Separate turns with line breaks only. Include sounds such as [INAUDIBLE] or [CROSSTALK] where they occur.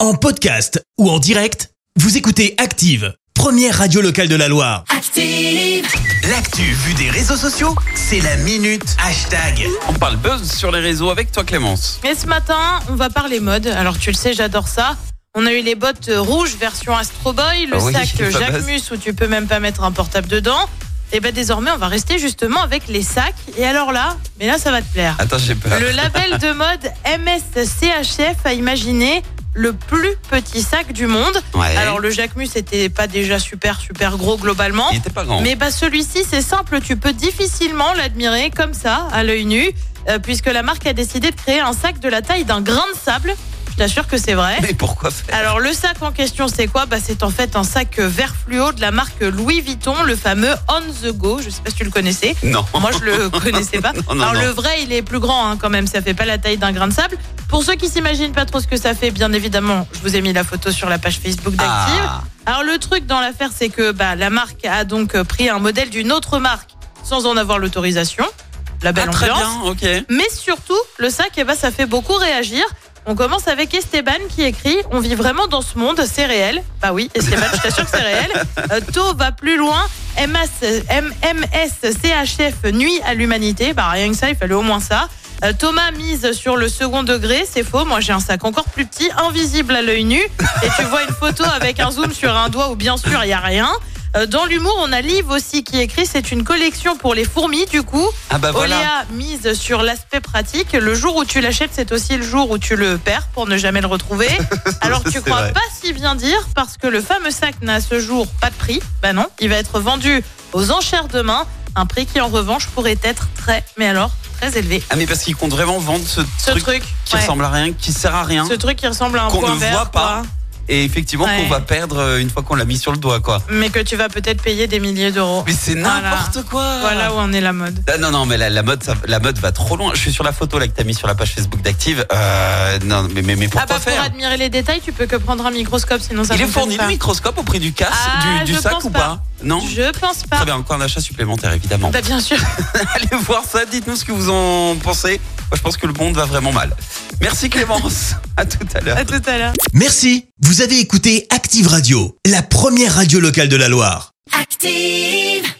En podcast ou en direct, vous écoutez Active, première radio locale de la Loire.
Active.
L'actu vue des réseaux sociaux, c'est la minute hashtag.
On parle buzz sur les réseaux avec toi Clémence.
Et ce matin, on va parler mode. Alors tu le sais, j'adore ça. On a eu les bottes euh, rouges version Astro Boy, le
Ah oui,
sac euh,
[LAUGHS] la base.
Jacquemus où tu peux même pas mettre un portable dedans. Et ben désormais, on va rester justement avec les sacs. Et alors là, mais là ça va te plaire.
Attends, j'ai peur.
Le label de mode MSCHF a imaginé le plus petit sac du monde.
Ouais.
Alors le Jacquemus était pas déjà super super gros globalement.
Il était pas grand.
Mais bah celui-ci, c'est simple, tu peux difficilement l'admirer comme ça, à l'œil nu, euh, puisque la marque a décidé de créer un sac de la taille d'un grain de sable. Je t'assure que c'est vrai.
[LAUGHS] Mais pourquoi faire
Alors le sac en question, c'est quoi bah, C'est en fait un sac euh, vert fluo de la marque Louis Vuitton, le fameux On the Go. Je sais pas si tu le connaissais.
Non.
Moi, je
[LAUGHS]
le connaissais pas.
Non, non,
Alors
non.
le vrai, il est plus grand hein, quand même. Ça fait pas la taille d'un grain de sable. Pour ceux qui s'imaginent pas trop ce que ça fait, bien évidemment, je vous ai mis la photo sur la page Facebook d'Active.
Ah,
Alors le truc dans l'affaire, c'est que bah, la marque a donc euh, pris un modèle d'une autre marque sans en avoir l'autorisation. La belle
Ah, très
ambiance.
bien, ok.
Mais surtout, le sac, eh ben, ça fait beaucoup réagir. On commence avec Esteban qui écrit On vit vraiment dans ce monde, c'est réel. Bah oui, Esteban, je t'assure que c'est réel. Euh, Tau va plus loin. MS, M- MSCHF nuit à l'humanité. Bah rien que ça, il fallait au moins ça. Euh, Thomas mise sur le second degré, c'est faux. Moi j'ai un sac encore plus petit, invisible à l'œil nu. Et tu vois une photo avec un zoom sur un doigt où bien sûr il n'y a rien. Euh, Dans l'humour, on a Liv aussi qui écrit c'est une collection pour les fourmis du coup.
Ah bah voilà.
Oléa mise sur l'aspect pratique. Le jour où tu l'achètes, c'est aussi le jour où tu le perds pour ne jamais le
[LAUGHS]
retrouver. Alors tu
C'est
crois
vrai.
pas si bien dire parce que le fameux sac n'a à ce jour pas de prix. Bah non, il va être vendu aux enchères demain. Un prix qui en revanche pourrait être très, mais alors très élevé.
Ah mais parce qu'ils comptent vraiment vendre ce,
Ce truc,
qui
ouais.
ressemble à rien, qui sert à rien,
ce truc qui ressemble à un
qu'on
point
ne
vert,
voit pas.
quoi.
Et effectivement qu'on
Ouais.
va perdre euh, une fois qu'on l'a mis sur le doigt quoi.
mais que tu vas peut-être payer des milliers d'euros.
Mais c'est
Voilà.
n'importe quoi.
Voilà où en est la mode.
Ah non, non, mais la, la mode, ça- la mode va trop loin. Je suis sur la photo là que t'as mis sur la page Facebook d'Active. Euh, non, mais, mais, mais pourquoi
ah bah pour
faire
admirer les détails, tu peux que prendre un microscope, sinon ça
Il est
fonctionne
fourni
pas.
le microscope au prix du casse,
Ah,
du, du
je
sac
pense
ou pas,
pas.
Non
Je pense pas.
Très bien, encore un achat supplémentaire évidemment.
Bah bien sûr. [LAUGHS]
Allez voir ça, dites-nous ce que vous en pensez. Moi, je pense que le monde va vraiment mal. Merci Clémence, à tout à l'heure.
À tout à l'heure.
Merci, vous avez écouté Active Radio, la première radio locale de la Loire.
Active.